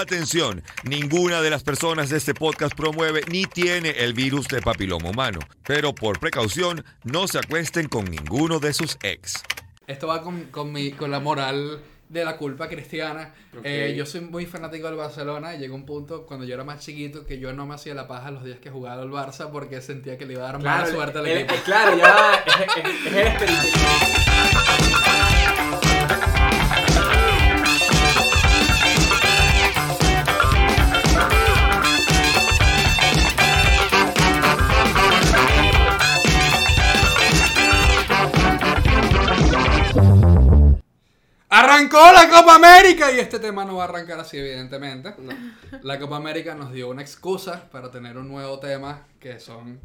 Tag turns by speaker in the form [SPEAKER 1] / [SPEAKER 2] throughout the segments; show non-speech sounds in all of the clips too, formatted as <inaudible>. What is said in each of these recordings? [SPEAKER 1] Atención, ninguna de las personas de este podcast promueve ni tiene el virus de papiloma humano, pero por precaución no se acuesten con ninguno de sus ex.
[SPEAKER 2] Esto va con, con, mi, con la moral de la culpa cristiana.
[SPEAKER 3] Ok.
[SPEAKER 2] Eh, yo soy muy fanático del Barcelona y llegó un punto cuando yo era más chiquito que yo no me hacía la paja los días que jugaba al Barça porque sentía que le iba a dar mala suerte al
[SPEAKER 3] el-
[SPEAKER 2] equipo.
[SPEAKER 3] el- claro, ya va, es, es- es el experimento.
[SPEAKER 2] Arrancó la Copa América y este tema no va a arrancar así, evidentemente. La Copa América nos dio una excusa para tener un nuevo tema que son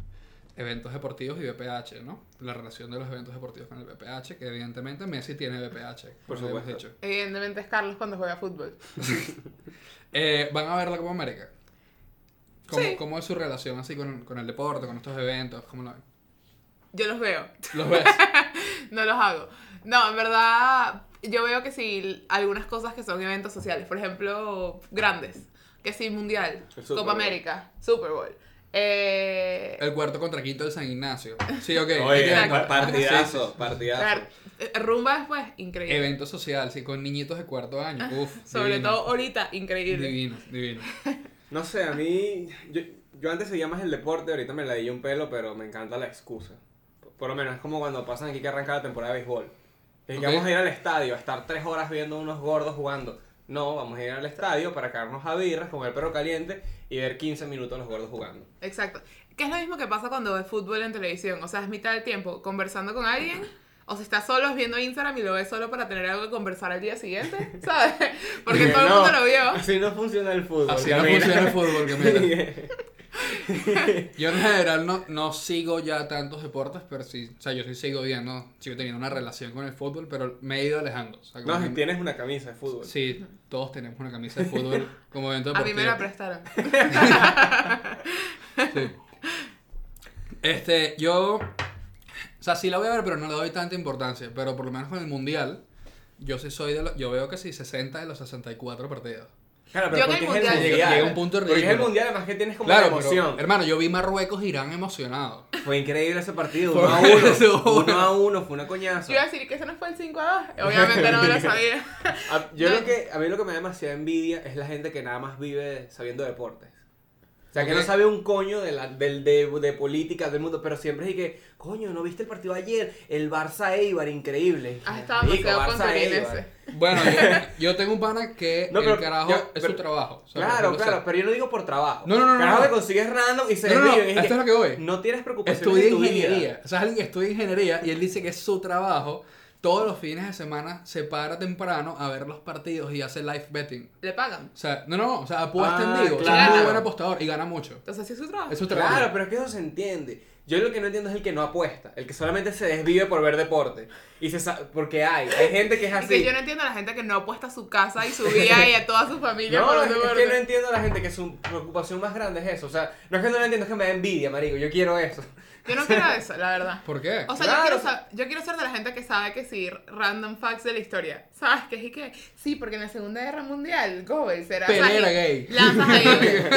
[SPEAKER 2] eventos deportivos y BPH, ¿no? La relación de los eventos deportivos con el BPH, que evidentemente Messi tiene BPH.
[SPEAKER 3] Por
[SPEAKER 2] como habíamos
[SPEAKER 3] supuesto.
[SPEAKER 2] dicho.
[SPEAKER 4] Evidentemente es Carlos cuando juega fútbol.
[SPEAKER 2] Eh, ¿Van a ver la Copa América? ¿Cómo,
[SPEAKER 4] Sí.
[SPEAKER 2] cómo es su relación así con, con el deporte, con estos eventos? ¿Cómo lo ven?
[SPEAKER 4] Yo los veo, <laughs>
[SPEAKER 2] ¿Los ves?
[SPEAKER 4] no los hago. No, en verdad, yo veo que sí, algunas cosas que son eventos sociales, por ejemplo, grandes, que sí, Mundial,
[SPEAKER 3] El Super
[SPEAKER 4] Copa
[SPEAKER 3] Bowl.
[SPEAKER 4] América, Super Bowl. Eh,
[SPEAKER 2] El cuarto contra quinto del San Ignacio. Sí, ok.
[SPEAKER 3] Oye,
[SPEAKER 2] entiendo.
[SPEAKER 3] pa-
[SPEAKER 2] Sí, sí,
[SPEAKER 3] partidazo,
[SPEAKER 2] sí.
[SPEAKER 4] a
[SPEAKER 3] partidazo.
[SPEAKER 4] ver, eh, rumba después, increíble.
[SPEAKER 2] Evento social, sí, con niñitos de cuarto año. Uf,
[SPEAKER 4] Ah, Sobre
[SPEAKER 2] divino.
[SPEAKER 4] todo ahorita, increíble.
[SPEAKER 2] Divino, divino.
[SPEAKER 3] No sé, a mí. Yo, yo antes seguía más el deporte, ahorita me la di un pelo, pero me encanta la excusa. Por lo menos es como cuando pasan aquí que arranca la temporada de béisbol. Que
[SPEAKER 2] Ok.
[SPEAKER 3] vamos a ir al estadio, a estar tres horas viendo unos gordos jugando. No, vamos a ir al estadio para caernos a birras, comer perro caliente y ver 15 minutos los gordos jugando.
[SPEAKER 4] Exacto. Que es lo mismo que pasa cuando ves fútbol en televisión. O sea, es mitad del tiempo conversando
[SPEAKER 3] <laughs>
[SPEAKER 4] con alguien. O si estás solo es viendo Instagram y lo ves solo para tener algo que conversar al día siguiente, ¿sabes?
[SPEAKER 3] <laughs>
[SPEAKER 4] Porque
[SPEAKER 3] Dije,
[SPEAKER 4] todo el
[SPEAKER 3] "No,
[SPEAKER 4] mundo lo vio.
[SPEAKER 3] Así no funciona el fútbol.
[SPEAKER 2] Así no
[SPEAKER 3] Camila".
[SPEAKER 2] funciona el fútbol,
[SPEAKER 3] <laughs>
[SPEAKER 2] Camila. Yo en general no, no sigo ya tantos deportes, pero sí, o sea, yo sí sigo viendo, sigo teniendo una relación con el fútbol, pero me he ido alejando. O sea, como
[SPEAKER 3] no,
[SPEAKER 2] que-
[SPEAKER 3] si tienes una camisa de fútbol.
[SPEAKER 2] Sí, todos tenemos una camisa de fútbol
[SPEAKER 3] <laughs>
[SPEAKER 2] como evento
[SPEAKER 4] A mí
[SPEAKER 2] deportivo.
[SPEAKER 4] me la
[SPEAKER 2] <laughs>
[SPEAKER 4] prestaron.
[SPEAKER 2] Este, yo. O sea, sí la voy a ver, pero no le doy tanta importancia. Pero por lo menos con el mundial, yo sí soy de los. Yo veo que sí, 60 de los 64 partidos.
[SPEAKER 3] Claro, pero
[SPEAKER 4] Yo en el
[SPEAKER 3] porque es el
[SPEAKER 4] mundial-
[SPEAKER 3] mundial.
[SPEAKER 2] Llega un punto
[SPEAKER 3] Porque es el
[SPEAKER 2] ridículo.
[SPEAKER 3] mundial, además que tienes como
[SPEAKER 2] Claro,
[SPEAKER 3] una
[SPEAKER 2] pero,
[SPEAKER 3] emoción.
[SPEAKER 2] hermano, yo vi Marruecos, Irán emocionado.
[SPEAKER 3] Fue increíble ese partido,
[SPEAKER 2] Fue-
[SPEAKER 3] <laughs> uno a
[SPEAKER 2] eso,
[SPEAKER 3] uno. uno a uno, fue una
[SPEAKER 4] Yo
[SPEAKER 3] coñazo.
[SPEAKER 4] iba a decir que ese no fue el 5 a 2. Obviamente no me lo sabía.
[SPEAKER 2] <laughs>
[SPEAKER 3] A, yo lo que, a mí lo que me da demasiada envidia es la gente que nada más vive sabiendo deportes. O sea, que
[SPEAKER 2] Ok.
[SPEAKER 3] no sabe un coño de, la, del, de, de política del mundo, pero siempre es que, coño, ¿no viste el partido ayer? El Barça Eibar, increíble.
[SPEAKER 4] Has estado Ah, demasiado con Turín
[SPEAKER 3] Eibar.
[SPEAKER 2] <laughs>
[SPEAKER 4] ese.
[SPEAKER 2] Bueno, yo, yo tengo un pana que
[SPEAKER 3] No,
[SPEAKER 2] el
[SPEAKER 3] pero-
[SPEAKER 2] carajo
[SPEAKER 3] yo-
[SPEAKER 2] es su
[SPEAKER 3] pero-
[SPEAKER 2] trabajo. o sea,
[SPEAKER 3] Claro,
[SPEAKER 2] lo que
[SPEAKER 3] claro,
[SPEAKER 2] sea.
[SPEAKER 3] pero yo no digo por trabajo.
[SPEAKER 2] No, no, no, no,
[SPEAKER 3] Carajo
[SPEAKER 2] no.
[SPEAKER 3] que consigues random y se
[SPEAKER 2] No, no, no,
[SPEAKER 3] desviven. Es
[SPEAKER 2] esto es lo que voy.
[SPEAKER 3] No tienes preocupación
[SPEAKER 2] Estudia
[SPEAKER 3] tu vida.
[SPEAKER 2] ingeniería. O sea, alguien que estudia ingeniería y él dice que es su trabajo. Todos los fines de semana se para temprano a ver los partidos y hace live betting.
[SPEAKER 4] Le pagan.
[SPEAKER 2] O sea, no, no, o sea, apuesta
[SPEAKER 3] Ah,
[SPEAKER 2] en vivo. O sea, es
[SPEAKER 4] claro.
[SPEAKER 2] muy buen apostador y gana mucho.
[SPEAKER 4] Entonces sí es su trabajo.
[SPEAKER 2] Es su trabajo.
[SPEAKER 3] Claro, pero es que eso se entiende. Yo lo que no entiendo es el que no apuesta, el que solamente se desvive por ver deporte. Y se sa- porque hay, hay gente que es
[SPEAKER 4] <laughs> Y
[SPEAKER 3] así.
[SPEAKER 4] que yo no entiendo a la gente que no apuesta a su casa y su vida y a toda su
[SPEAKER 2] <laughs>
[SPEAKER 4] familia
[SPEAKER 3] No,
[SPEAKER 4] por
[SPEAKER 3] es
[SPEAKER 4] un
[SPEAKER 3] que
[SPEAKER 4] deporte.
[SPEAKER 3] no entiendo a la gente que su preocupación más grande es eso. O sea, no es que no lo entiendo, es que me da envidia, marico. Yo quiero eso.
[SPEAKER 4] Yo no quiero eso, la
[SPEAKER 2] <laughs>
[SPEAKER 4] verdad.
[SPEAKER 2] ¿Por qué?
[SPEAKER 4] O sea,
[SPEAKER 3] Claro,
[SPEAKER 4] yo, quiero
[SPEAKER 3] o sea-
[SPEAKER 4] sab- yo quiero ser de la gente que sabe que sí, random facts de la historia. ¿Sabes qué? Y que sí, porque en la Segunda Guerra Mundial, Goebbels era.
[SPEAKER 2] Pelé
[SPEAKER 4] o sea,
[SPEAKER 2] era
[SPEAKER 4] y
[SPEAKER 2] gay. <laughs>
[SPEAKER 4] Lanzas ahí.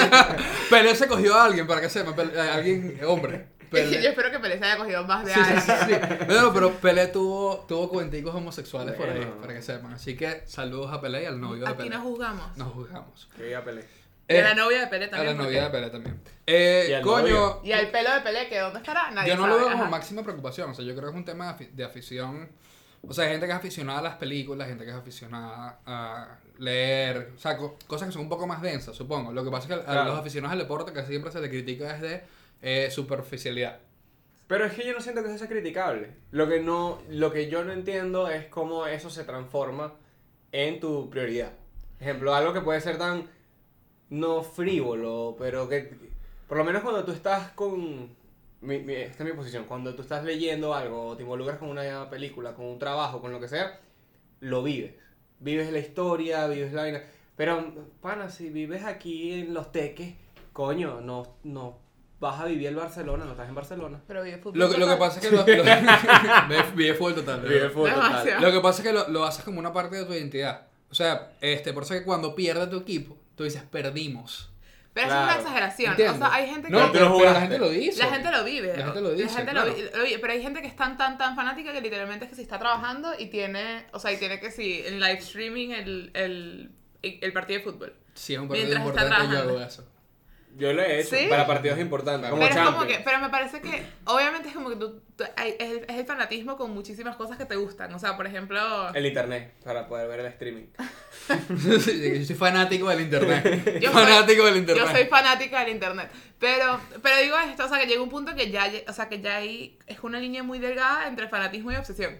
[SPEAKER 2] Pelé se cogió a alguien, para que sepa. Pelé- a alguien, hombre. Pelé.
[SPEAKER 4] <laughs> Yo espero que Pelé se haya cogido más de
[SPEAKER 2] Sí, sí,
[SPEAKER 4] alguien.
[SPEAKER 2] sí, sí. No, no, pero Pelé tuvo, tuvo cuenticos homosexuales por ahí,
[SPEAKER 3] Bueno.
[SPEAKER 2] para que sepan. Así que saludos a Pelé y al novio de
[SPEAKER 4] Aquí
[SPEAKER 2] Pelé.
[SPEAKER 4] nos juzgamos.
[SPEAKER 2] Nos juzgamos.
[SPEAKER 3] Que viva Pelé.
[SPEAKER 4] Y a la
[SPEAKER 2] Eh,
[SPEAKER 4] novia de Pelé
[SPEAKER 2] a la
[SPEAKER 4] también. porque-
[SPEAKER 2] novia de Pelé también. Eh,
[SPEAKER 3] Y al
[SPEAKER 2] coño,
[SPEAKER 3] novio.
[SPEAKER 4] Y al pelo de Pelé, que ¿dónde estará? Nadie
[SPEAKER 2] yo no
[SPEAKER 4] sabe.
[SPEAKER 2] lo veo como
[SPEAKER 4] ajá.
[SPEAKER 2] máxima preocupación. O sea, yo creo que es un tema de afi- de afición. O sea, hay gente que es aficionada a las películas, gente que es aficionada a leer, o sea, co- cosas que son un poco más densas, supongo. Lo que pasa es que a
[SPEAKER 3] Claro.
[SPEAKER 2] los aficionados al deporte que siempre se le critica es de eh, superficialidad.
[SPEAKER 3] Pero es que yo no siento que eso sea criticable. Lo que, no, lo que yo no entiendo es cómo eso se transforma en tu prioridad. Ejemplo, algo que puede ser tan no frívolo, pero que por lo menos cuando tú estás con... mi- mi- esta es mi posición. Cuando tú estás leyendo algo, o te involucras con una película, con un trabajo, con lo que sea, lo vives. Vives la historia, vives la vaina. Pero, pana, si vives aquí en Los Teques, coño, no, no vas a vivir en Barcelona, no estás en Barcelona.
[SPEAKER 4] Pero vive fútbol.
[SPEAKER 2] Lo, que- lo que
[SPEAKER 4] total.
[SPEAKER 2] pasa es que... Lo, lo-
[SPEAKER 4] <laughs>
[SPEAKER 2] Ve- vi de fútbol total. de verdad.
[SPEAKER 4] Demasiado.
[SPEAKER 2] Lo que pasa es que lo, lo haces como una parte de tu identidad. O sea, este, por eso que cuando pierde tu equipo, tú dices, perdimos.
[SPEAKER 4] Pero eso es una
[SPEAKER 3] Claro.
[SPEAKER 4] exageración. O
[SPEAKER 2] ¿Entiendes?
[SPEAKER 4] sea, hay gente que.
[SPEAKER 2] No,
[SPEAKER 3] Pero tú lo
[SPEAKER 2] pero, pero la
[SPEAKER 3] jugaste.
[SPEAKER 2] gente lo dice.
[SPEAKER 4] La gente lo vive.
[SPEAKER 2] La gente lo dice,
[SPEAKER 4] gente
[SPEAKER 2] claro.
[SPEAKER 4] lo vi- lo vive, Pero hay gente que es tan, tan, tan fanática que literalmente es que si está trabajando y tiene, o sea, y tiene que si en live streaming el, el, el partido de fútbol.
[SPEAKER 2] Sí, es un partido
[SPEAKER 4] Mientras está
[SPEAKER 2] importante, yo hago
[SPEAKER 4] trabajando.
[SPEAKER 2] eso.
[SPEAKER 3] Yo lo he hecho
[SPEAKER 4] ¿Sí?
[SPEAKER 3] para partidos importantes, como
[SPEAKER 4] pero es como
[SPEAKER 3] Champions.
[SPEAKER 4] que, pero me parece que, obviamente es como que tú, tú- hay- es, el, es el fanatismo con muchísimas cosas que te gustan. O sea, por ejemplo,
[SPEAKER 3] El internet, para poder ver el streaming. <laughs>
[SPEAKER 2] yo soy fanático del
[SPEAKER 3] <laughs>
[SPEAKER 2] internet.
[SPEAKER 4] Yo soy-
[SPEAKER 2] fanático del internet.
[SPEAKER 4] yo soy fanática del internet. Pero, pero digo esto, o sea, que llega un punto que ya, o sea, que ya ahí es una línea muy delgada entre fanatismo y obsesión.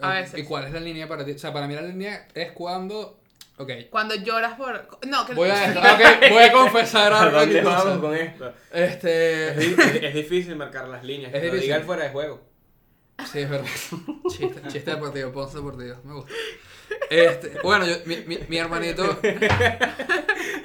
[SPEAKER 4] a veces.
[SPEAKER 2] ¿Y cuál es la línea para ti? O sea, para mí la línea es cuando. Ok.
[SPEAKER 4] Cuando lloras por... No, que <laughs>
[SPEAKER 2] Voy a, ok, voy a
[SPEAKER 3] <laughs>
[SPEAKER 2] confesar
[SPEAKER 3] ¿A
[SPEAKER 2] algo aquí.
[SPEAKER 3] dónde
[SPEAKER 2] entonces.
[SPEAKER 3] vamos con esto? Es,
[SPEAKER 2] Este.
[SPEAKER 3] di- es- es difícil marcar las líneas.
[SPEAKER 2] Es
[SPEAKER 3] que lo diga
[SPEAKER 2] difícil.
[SPEAKER 3] el fuera de juego.
[SPEAKER 2] Sí, es
[SPEAKER 4] <laughs>
[SPEAKER 2] verdad. Chiste, chiste deportivo, ponce deportivo. Me gusta. Este, bueno, yo- mi, mi- mi hermanito.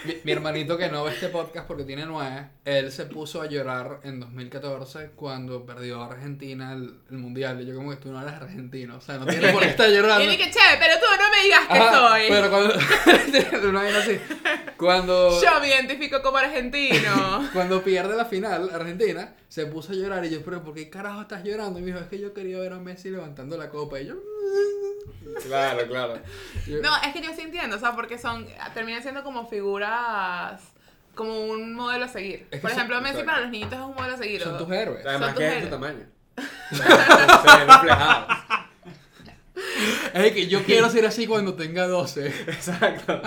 [SPEAKER 2] Mi, mi hermanito que no ve este podcast porque tiene nueve, él se puso a llorar en 2014 cuando perdió a Argentina el, el mundial. Y yo, como que tú no eres argentino. O sea, no tiene por qué estar llorando.
[SPEAKER 4] Y dije, chévere, pero tú no me digas que
[SPEAKER 2] Ajá,
[SPEAKER 4] soy.
[SPEAKER 2] Pero cuando. <laughs> Una vaina así. Cuando.
[SPEAKER 4] Yo me identifico
[SPEAKER 2] <laughs>
[SPEAKER 4] como argentino.
[SPEAKER 2] Cuando pierde la final, Argentina, se puso a llorar y yo, pero ¿por qué carajo estás llorando? Y me dijo, es que yo quería ver a Messi levantando la copa. Y yo,
[SPEAKER 3] Claro, claro.
[SPEAKER 2] yo-
[SPEAKER 4] No, es que yo sí entiendo, o sea, porque son, terminan siendo como figuras, como un modelo a seguir.
[SPEAKER 2] que
[SPEAKER 4] Por
[SPEAKER 2] son-
[SPEAKER 4] ejemplo, Messi
[SPEAKER 3] exacto.
[SPEAKER 4] para los niñitos es un modelo a seguir.
[SPEAKER 2] son
[SPEAKER 4] o-
[SPEAKER 2] tus héroes.
[SPEAKER 3] Además
[SPEAKER 4] tus
[SPEAKER 3] que es de
[SPEAKER 4] genes.
[SPEAKER 3] tu tamaño.
[SPEAKER 4] <laughs>
[SPEAKER 3] Se ven reflejados.
[SPEAKER 2] Es que yo quiero ser así cuando tenga
[SPEAKER 3] <laughs>
[SPEAKER 2] 12.
[SPEAKER 3] Exacto.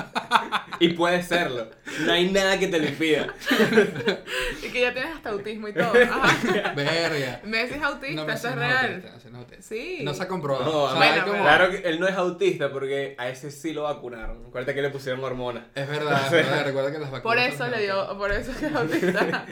[SPEAKER 3] Y puede serlo. No hay nada que te lo impida.
[SPEAKER 4] Y que ya tienes hasta autismo y
[SPEAKER 2] <laughs>
[SPEAKER 4] todo. Ajá.
[SPEAKER 2] Verga.
[SPEAKER 4] Messi es autista,
[SPEAKER 2] No, Messi
[SPEAKER 4] eso es
[SPEAKER 2] no
[SPEAKER 4] real.
[SPEAKER 2] autista, Messi no es autista.
[SPEAKER 4] Sí.
[SPEAKER 2] No se ha comprobado.
[SPEAKER 3] No,
[SPEAKER 2] O sea,
[SPEAKER 3] además,
[SPEAKER 2] hay
[SPEAKER 4] Bueno,
[SPEAKER 2] como-
[SPEAKER 3] claro que él no es autista porque a ese sí lo vacunaron. Acuérdate que le pusieron hormonas.
[SPEAKER 2] Es verdad, es verdad. Recuerda que las vacunas.
[SPEAKER 4] Por
[SPEAKER 2] son
[SPEAKER 4] eso le
[SPEAKER 2] genéticas.
[SPEAKER 4] dio, por eso es que
[SPEAKER 2] <laughs>
[SPEAKER 4] es autista.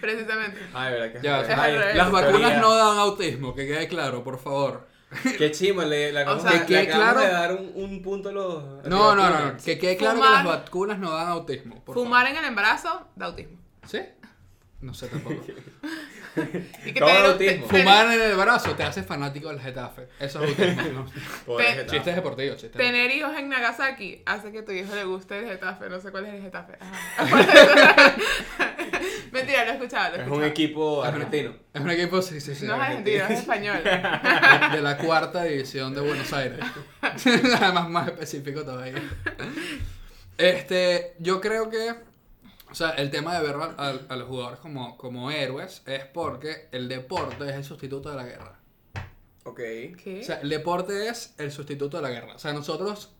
[SPEAKER 4] Precisamente.
[SPEAKER 3] Ay, verdad que
[SPEAKER 2] Ya,
[SPEAKER 3] ay,
[SPEAKER 4] es
[SPEAKER 2] Las
[SPEAKER 3] teoría.
[SPEAKER 2] vacunas no dan autismo, que quede claro, por favor.
[SPEAKER 3] Qué chimo, le, le acabamos,
[SPEAKER 4] sea,
[SPEAKER 3] de-
[SPEAKER 2] que
[SPEAKER 3] le
[SPEAKER 2] quede
[SPEAKER 3] acabamos
[SPEAKER 2] claro-
[SPEAKER 3] de dar un, un punto a los. a
[SPEAKER 2] No, no, no.
[SPEAKER 3] los
[SPEAKER 2] no,
[SPEAKER 3] vacunas.
[SPEAKER 2] Que quede claro
[SPEAKER 4] Fumar-
[SPEAKER 2] que las vacunas no dan autismo. por
[SPEAKER 4] Fumar en el embarazo da autismo.
[SPEAKER 2] favor. ¿Sí? No sé tampoco.
[SPEAKER 4] Y que
[SPEAKER 3] No
[SPEAKER 4] tener-
[SPEAKER 3] da autismo.
[SPEAKER 4] te-
[SPEAKER 2] Fumar en el brazo te hace fanático del Getafe. Eso es autismo. ¿no?
[SPEAKER 3] Pobre
[SPEAKER 4] Pe-
[SPEAKER 3] Getafe.
[SPEAKER 2] Chistes deportivos, chistes.
[SPEAKER 4] Tener hijos en Nagasaki hace que tu hijo le guste el Getafe. No sé cuál es el Getafe. Ajá.
[SPEAKER 2] <laughs>
[SPEAKER 4] Mentira, lo he escuchado. Lo he
[SPEAKER 3] Es
[SPEAKER 4] escuchado.
[SPEAKER 3] un equipo argentino.
[SPEAKER 2] Es un equipo, sí, sí, sí.
[SPEAKER 4] No es argentino, es español.
[SPEAKER 2] De la cuarta división de Buenos Aires. <laughs> Nada más más específico todavía. Este, yo creo que, o sea, el tema de ver a, a- a los jugadores como, como héroes es porque el deporte es el sustituto de la guerra.
[SPEAKER 3] Ok.
[SPEAKER 4] ¿Qué?
[SPEAKER 2] <laughs> O sea, el deporte es el sustituto de la guerra. O sea, nosotros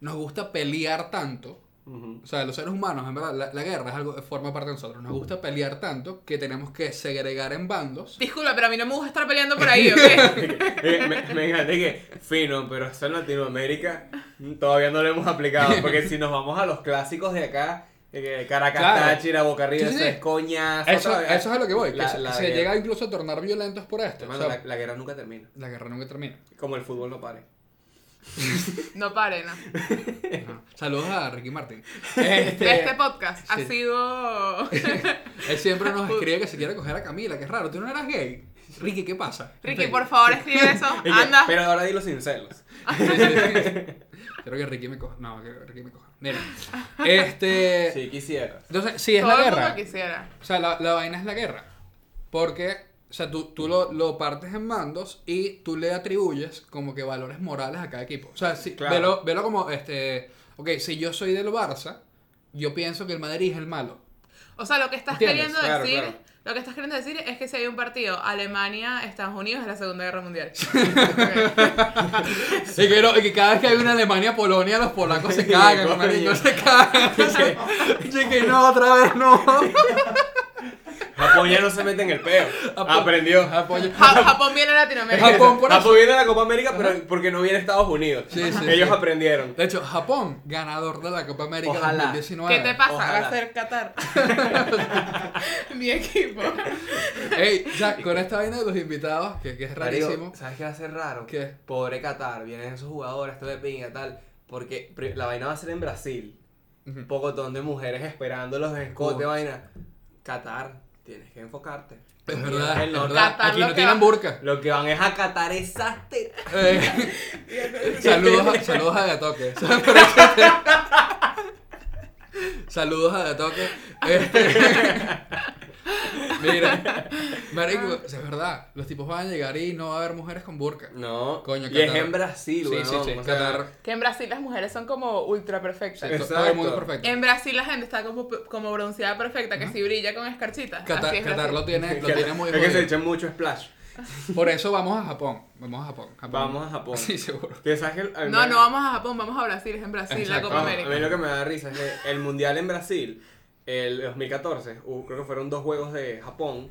[SPEAKER 2] nos gusta pelear tanto.
[SPEAKER 3] Ujú.
[SPEAKER 2] O sea, los seres humanos, en verdad, la, la guerra es algo, forma parte de nosotros. Nos gusta pelear tanto que tenemos que segregar en bandos.
[SPEAKER 4] Disculpa, pero a mí no me gusta estar
[SPEAKER 2] <laughs>
[SPEAKER 4] peleando por ahí, ¿ok?
[SPEAKER 3] Eh, me, me encanta que fino, pero eso en Latinoamérica mm, todavía no lo hemos aplicado. Porque si nos vamos a los clásicos de acá, eh, Caracas,
[SPEAKER 2] Claro.
[SPEAKER 3] Táchira, Boca Arriba,
[SPEAKER 2] Sí, sí,
[SPEAKER 3] eso
[SPEAKER 2] sí.
[SPEAKER 3] es coñazo,
[SPEAKER 2] Eso,
[SPEAKER 3] otra vez.
[SPEAKER 2] eso es a lo que voy, que
[SPEAKER 3] La-
[SPEAKER 2] se,
[SPEAKER 3] la
[SPEAKER 2] se
[SPEAKER 3] guerra.
[SPEAKER 2] llega incluso a tornar violentos por esto.
[SPEAKER 3] Hermano,
[SPEAKER 2] o sea,
[SPEAKER 3] la, la guerra nunca termina.
[SPEAKER 2] la guerra nunca termina.
[SPEAKER 3] Como el fútbol no pare.
[SPEAKER 4] No paren. ¿no?
[SPEAKER 2] Ajá. Saludos a Ricky
[SPEAKER 3] <laughs>
[SPEAKER 2] Martin.
[SPEAKER 4] De
[SPEAKER 2] Este,
[SPEAKER 4] este podcast ha
[SPEAKER 2] sí. <laughs>
[SPEAKER 4] sido...
[SPEAKER 2] él siempre nos escribe que se quiere coger a Camila, que es raro. Tú no eras gay. Ricky, ¿qué pasa?
[SPEAKER 4] Ricky, por
[SPEAKER 2] <laughs>
[SPEAKER 4] favor, escribe eso.
[SPEAKER 3] Oye,
[SPEAKER 4] Anda.
[SPEAKER 3] Pero ahora dilo sin celos.
[SPEAKER 2] Creo que Ricky me coja. No, que Ricky me coja. Mira. Este.
[SPEAKER 3] Si quisieras.
[SPEAKER 2] Entonces, sí, es
[SPEAKER 4] Todo
[SPEAKER 2] la
[SPEAKER 4] el
[SPEAKER 2] guerra.
[SPEAKER 4] mundo quisiera.
[SPEAKER 2] O sea, la, la vaina es la guerra. Porque, o sea, tú, tú lo, lo partes en mandos y tú le atribuyes como que valores morales a cada equipo. O sea, si,
[SPEAKER 3] Claro.
[SPEAKER 2] velo, velo como, este, ok, si yo soy del Barça, yo pienso que el Madrid es el malo.
[SPEAKER 4] O sea, lo que estás
[SPEAKER 2] ¿Entiendes?
[SPEAKER 4] queriendo
[SPEAKER 3] Claro,
[SPEAKER 4] decir...
[SPEAKER 3] claro.
[SPEAKER 4] Lo que estás queriendo decir es que si hay un partido Alemania-Estados Unidos es la Segunda Guerra
[SPEAKER 2] <laughs>
[SPEAKER 4] Mundial. Ok.
[SPEAKER 2] Y que, no- y que cada vez que hay una Alemania-Polonia, los polacos se cagan,
[SPEAKER 3] Coño.
[SPEAKER 2] marico, se
[SPEAKER 3] <laughs>
[SPEAKER 2] cagan. <laughs> Y que no, otra vez no.
[SPEAKER 3] Japón ya no se mete en el <laughs> peo.
[SPEAKER 2] Japón-
[SPEAKER 3] Aprendió.
[SPEAKER 2] Apoyo.
[SPEAKER 4] Ja- Japón viene a Latinoamérica.
[SPEAKER 2] Japón por eso.
[SPEAKER 3] Japón viene a la Copa América, pero porque no viene a Estados Unidos.
[SPEAKER 2] Sí, sí,
[SPEAKER 3] Ellos
[SPEAKER 2] sí.
[SPEAKER 3] aprendieron.
[SPEAKER 2] De hecho, Japón, ganador de la Copa América
[SPEAKER 3] Ojalá.
[SPEAKER 2] 2019.
[SPEAKER 4] ¿Qué te pasa? Va
[SPEAKER 3] Ojalá.
[SPEAKER 4] a ser Qatar. <laughs>
[SPEAKER 2] <laughs>
[SPEAKER 4] Mi equipo.
[SPEAKER 2] Ey, ya, con esta vaina de los invitados, que, que es rarísimo.
[SPEAKER 3] Marico, ¿Sabes qué va a ser raro?
[SPEAKER 2] ¿Qué?
[SPEAKER 3] Pobre Qatar, vienen esos jugadores, todo de pinga, tal. Porque pri- la vaina va a ser en Brasil.
[SPEAKER 2] Ujú.
[SPEAKER 3] Un pocotón de mujeres esperándolos en
[SPEAKER 2] Uy.
[SPEAKER 3] escote, vaina. Qatar, tienes que enfocarte.
[SPEAKER 2] Es pues, verdad, es
[SPEAKER 3] Lo-
[SPEAKER 2] verdad.
[SPEAKER 4] Catar
[SPEAKER 2] Aquí
[SPEAKER 4] lo
[SPEAKER 2] no
[SPEAKER 4] que
[SPEAKER 2] tienen
[SPEAKER 4] va-
[SPEAKER 2] burka.
[SPEAKER 3] Lo que van es a Qatar esas tetas. <laughs>
[SPEAKER 2] Eh, saludos, a, saludos a Gatoque. <laughs> Saludos a De Toque. Este, Mira, marico, es verdad. Los tipos van a llegar y no va a haber mujeres con burka.
[SPEAKER 3] No.
[SPEAKER 2] Coño,
[SPEAKER 3] y es
[SPEAKER 2] Qatar.
[SPEAKER 3] en Brasil,
[SPEAKER 2] Sí,
[SPEAKER 3] weón.
[SPEAKER 2] sí, sí.
[SPEAKER 3] o sea,
[SPEAKER 2] Qatar,
[SPEAKER 4] Que en Brasil las mujeres son como ultra
[SPEAKER 3] Sí.
[SPEAKER 4] perfectas.
[SPEAKER 2] todo el mundo
[SPEAKER 3] Exacto.
[SPEAKER 2] perfecto.
[SPEAKER 4] En Brasil la gente está como, como bronceada perfecta, que si brilla con escarchita.
[SPEAKER 2] Qatar,
[SPEAKER 4] Así es
[SPEAKER 2] Qatar
[SPEAKER 4] Brasil.
[SPEAKER 2] lo tiene, lo tiene muy
[SPEAKER 3] es que se
[SPEAKER 2] jodido.
[SPEAKER 3] echa mucho splash.
[SPEAKER 2] Por eso vamos a Japón. Vamos a Japón. Japón.
[SPEAKER 3] Vamos a
[SPEAKER 2] <laughs>
[SPEAKER 3] Japón.
[SPEAKER 2] Sí, seguro.
[SPEAKER 3] Que sabes que el-
[SPEAKER 4] No, no vamos a Japón, vamos a Brasil, es en Brasil
[SPEAKER 2] Exacto.
[SPEAKER 4] la Copa
[SPEAKER 3] Ah, A mí lo
[SPEAKER 4] América.
[SPEAKER 3] que me da risa es que el mundial en Brasil, el 2014, hubo- creo que fueron dos juegos de Japón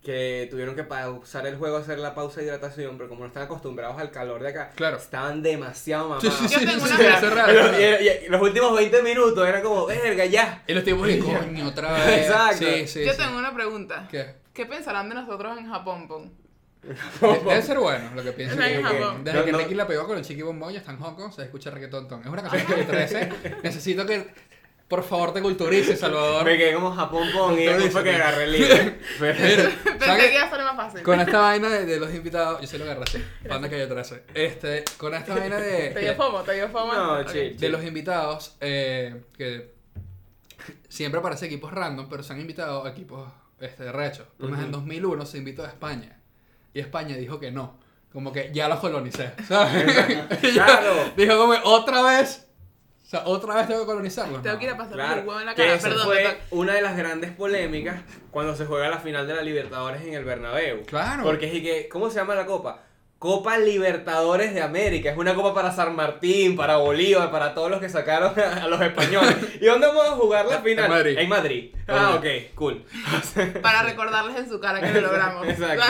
[SPEAKER 3] que tuvieron que pausar el juego, hacer la pausa de hidratación, pero como no están acostumbrados al calor de acá,
[SPEAKER 2] Claro.
[SPEAKER 3] estaban demasiado mamados.
[SPEAKER 2] Sí, sí, sí,
[SPEAKER 4] Yo
[SPEAKER 2] sí, sí,
[SPEAKER 4] tengo <laughs> una
[SPEAKER 2] sí,
[SPEAKER 4] frase.
[SPEAKER 2] eso es
[SPEAKER 3] Pero-
[SPEAKER 2] raro, eso es raro.
[SPEAKER 3] y- y- y los últimos 20 minutos era como, verga, ya.
[SPEAKER 2] Y los tipos de coño
[SPEAKER 4] <laughs>
[SPEAKER 2] otra vez.
[SPEAKER 3] Exacto.
[SPEAKER 2] Sí, sí,
[SPEAKER 4] Yo
[SPEAKER 2] sí.
[SPEAKER 4] tengo una pregunta.
[SPEAKER 2] ¿Qué?
[SPEAKER 4] ¿Qué pensarán de nosotros en Japón, Pon?
[SPEAKER 2] De- Debe ser bueno lo que pienso.
[SPEAKER 4] Está en
[SPEAKER 2] Desde que-
[SPEAKER 4] Japón.
[SPEAKER 2] desde
[SPEAKER 3] No,
[SPEAKER 2] que
[SPEAKER 3] no.
[SPEAKER 2] Ricky la pegó con el chiqui bombón ya está en Hong Kong, se escucha reggaetón. ton. Es una canción que me interesa. Necesito que, por favor, te culturices, Salvador.
[SPEAKER 3] Me quedé como Japón con y
[SPEAKER 2] Doctor
[SPEAKER 3] después fue que
[SPEAKER 2] Isabel.
[SPEAKER 3] agarré
[SPEAKER 2] <laughs>
[SPEAKER 3] el libro. Pero-
[SPEAKER 4] <laughs> Pensé
[SPEAKER 2] ¿Sabes?
[SPEAKER 4] que iba a ser más fácil.
[SPEAKER 2] Con esta vaina de, de los invitados, yo sé lo que agarré. Panda que yo atrás. Este, con esta vaina
[SPEAKER 4] Te
[SPEAKER 2] <laughs>
[SPEAKER 4] dio
[SPEAKER 2] de,
[SPEAKER 4] fomo, te dio fomo.
[SPEAKER 3] No,
[SPEAKER 4] Ok.
[SPEAKER 3] chill.
[SPEAKER 2] de los invitados, eh, que siempre aparece equipos random, pero se han invitado a equipos este, rechos. Por ejemplo, en 2001 se invitó a España. Y España dijo que no. Como que ya los
[SPEAKER 3] <laughs>
[SPEAKER 2] colonicé, ¿sabes? Y <laughs> ya
[SPEAKER 3] Claro.
[SPEAKER 2] Dijo como, otra vez. O sea, otra vez tengo que colonizarlos.
[SPEAKER 4] Tengo que ir a
[SPEAKER 2] No.
[SPEAKER 4] pasar
[SPEAKER 3] Claro,
[SPEAKER 4] el huevo en la
[SPEAKER 3] que
[SPEAKER 4] cara,
[SPEAKER 3] esa
[SPEAKER 4] perdón.
[SPEAKER 3] fue
[SPEAKER 4] total.
[SPEAKER 3] una de las grandes polémicas cuando se juega la final de la Libertadores en el Bernabéu.
[SPEAKER 2] Claro.
[SPEAKER 3] Porque es y que, ¿cómo se llama la copa? Copa Libertadores de América. Es una copa para San Martín, para Bolívar, para todos los que sacaron a, a los
[SPEAKER 2] <laughs>
[SPEAKER 3] españoles. ¿Y dónde vamos a jugar la
[SPEAKER 2] En
[SPEAKER 3] final?
[SPEAKER 2] Madrid.
[SPEAKER 3] En Madrid. Ah, ok, cool.
[SPEAKER 4] Para recordarles en su cara
[SPEAKER 3] <laughs>
[SPEAKER 4] que lo logramos.
[SPEAKER 3] Exacto.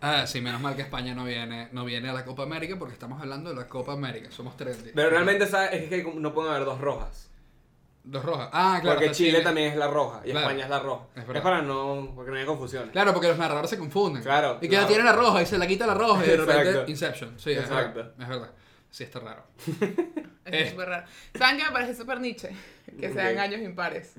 [SPEAKER 2] Ah, sí, menos mal que España no viene, no viene a la Copa América porque estamos hablando de la Copa América. Somos trendy.
[SPEAKER 3] Pero realmente ¿sabes? es que no pueden haber dos rojas.
[SPEAKER 2] Los rojas. Ah, claro.
[SPEAKER 3] Porque
[SPEAKER 2] está
[SPEAKER 3] Chile, también es la roja y
[SPEAKER 2] Claro.
[SPEAKER 3] España es la roja.
[SPEAKER 2] Es
[SPEAKER 3] Es,
[SPEAKER 2] verdad.
[SPEAKER 3] para no, porque no haya confusiones.
[SPEAKER 2] Claro, porque los narradores se confunden.
[SPEAKER 3] Claro,
[SPEAKER 2] Y que
[SPEAKER 3] claro.
[SPEAKER 2] la tiene la roja y se la quita la roja y de repente
[SPEAKER 3] Exacto.
[SPEAKER 2] Inception. Sí, es
[SPEAKER 3] Exacto.
[SPEAKER 2] verdad. Es verdad. Sí, está raro.
[SPEAKER 4] Es súper raro. ¿Saben qué me parece súper Nietzsche? Que sean
[SPEAKER 3] Eh. Ok.
[SPEAKER 4] años impares.